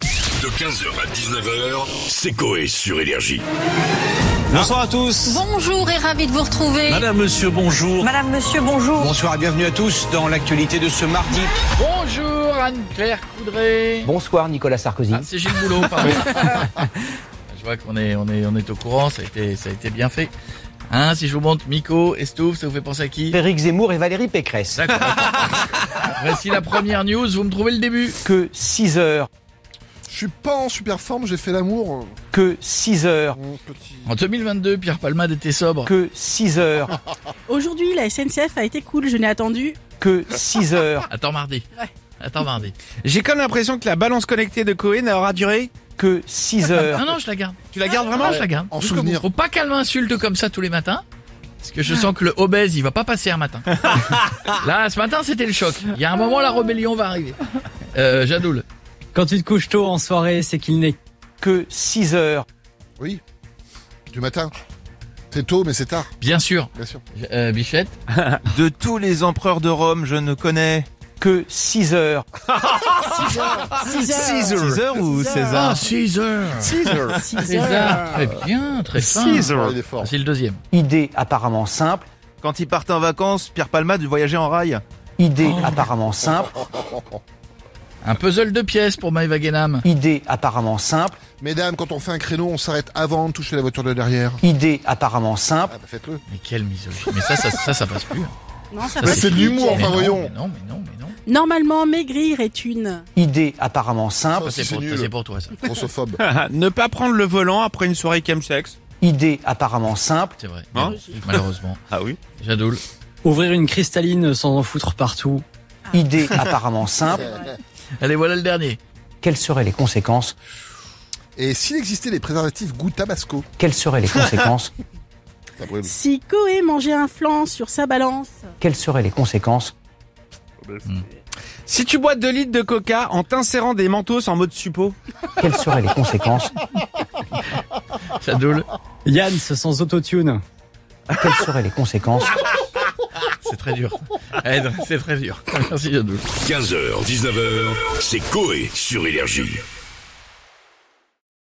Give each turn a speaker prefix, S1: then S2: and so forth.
S1: De 15h à 19h, c'est Coé sur Énergie.
S2: Bonsoir à tous.
S3: Bonjour et ravi de vous retrouver.
S4: Madame, monsieur, bonjour.
S5: Madame, monsieur, bonjour.
S6: Bonsoir et bienvenue à tous dans l'actualité de ce mardi.
S7: Bonjour Anne-Claire Coudray.
S6: Bonsoir Nicolas Sarkozy.
S7: Ah, c'est Gilles Boulot, pardon. je vois qu'on est, on est, on est au courant, ça a été, ça a été bien fait. Hein, si je vous montre Miko, Estouffe, ça vous fait penser à qui
S6: Éric Zemmour et Valérie Pécresse.
S7: D'accord. Voici la première news, vous me trouvez le début.
S6: Que 6 heures,
S8: Je suis pas en super forme, j'ai fait l'amour. euh,
S6: que 6 heures,
S8: Mon petit.
S7: En 2022, Pierre Palmade était sobre.
S6: que 6 heures,
S9: Aujourd'hui, la SNCF a été cool, je n'ai attendu.
S6: que 6 heures,
S7: Attends mardi. Attends mardi.
S2: J'ai comme l'impression que la balance connectée de Cohen aura duré.
S6: que 6 heures,
S7: Non, non, je la garde.
S2: Tu la gardes
S7: Vraiment,
S2: vraiment
S7: je la garde.
S8: En souvenir.
S7: Faut pas qu'elle m'insulte comme ça tous les matins. Parce que je sens que le obèse, il va pas passer un matin. Là, ce matin, c'était le choc. Il y a un moment, la rébellion va arriver. Euh, Jadoul.
S10: Quand tu te couches tôt en soirée, c'est qu'il n'est
S6: que 6 heures,
S8: Oui. Du matin. C'est tôt, mais c'est tard,
S7: Bien sûr.
S8: bien sûr.
S7: Euh, Bichette.
S4: De tous les empereurs de Rome, je ne connais
S6: que 6 heures,
S9: 6 heures.
S4: César ou César.
S7: Caesar.
S8: 6 heures. Ah,
S7: César. Très bien, très fin.
S8: il est fort.
S7: C'est le deuxième.
S6: idée apparemment simple,
S4: Quand ils partent en vacances, Pierre Palmade voyageait en rail.
S6: idée apparemment simple,
S7: Un puzzle de pièces pour Maëva Guénam.
S6: idée apparemment simple,
S8: Mesdames, quand on fait un créneau, on s'arrête avant de toucher la voiture de derrière.
S6: idée apparemment simple,
S8: Ah bah faites-le.
S7: Mais quelle misogynie. Mais ça, ça, ça, ça passe plus. hein.
S9: Non, ça
S7: Ça,
S9: va.
S8: c'est de l'humour,
S7: Mais
S8: enfin
S7: non,
S8: voyons. Ah,
S7: mais non, mais non, mais non.
S9: Normalement, maigrir est une.
S6: idée apparemment simple,
S8: Ça,
S7: C'est
S8: c'est
S7: pour,
S8: nul.
S7: c'est pour toi, ça.
S8: Grossophobe.
S2: Ah, ne pas prendre le volant après une soirée chemsex.
S6: idée apparemment simple,
S7: C'est vrai.
S2: Hein
S7: Malheureusement.
S2: Ah oui.
S7: Jadoul.
S10: ouvrir une cristalline sans en foutre partout.
S6: idée apparemment simple,
S7: Allez, voilà le dernier.
S6: quelles seraient les conséquences
S8: Et s'il existait des préservatifs goût tabasco
S6: Quelles seraient les conséquences
S8: Ça brûle.
S9: Si Coé mangeait un flan sur sa balance,
S6: Quelles seraient les conséquences
S2: Si tu bois 2 litres de coca en t'insérant des mentos en mode suppo.
S6: Quelles seraient les conséquences
S7: Jadoul.
S10: Yann, ce sans autotune.
S6: Quelles seraient les conséquences
S7: C'est très dur. Eh, non, C'est très dur. Merci, Jadoul.
S1: 15h, 19h, c'est Coé sur Énergie.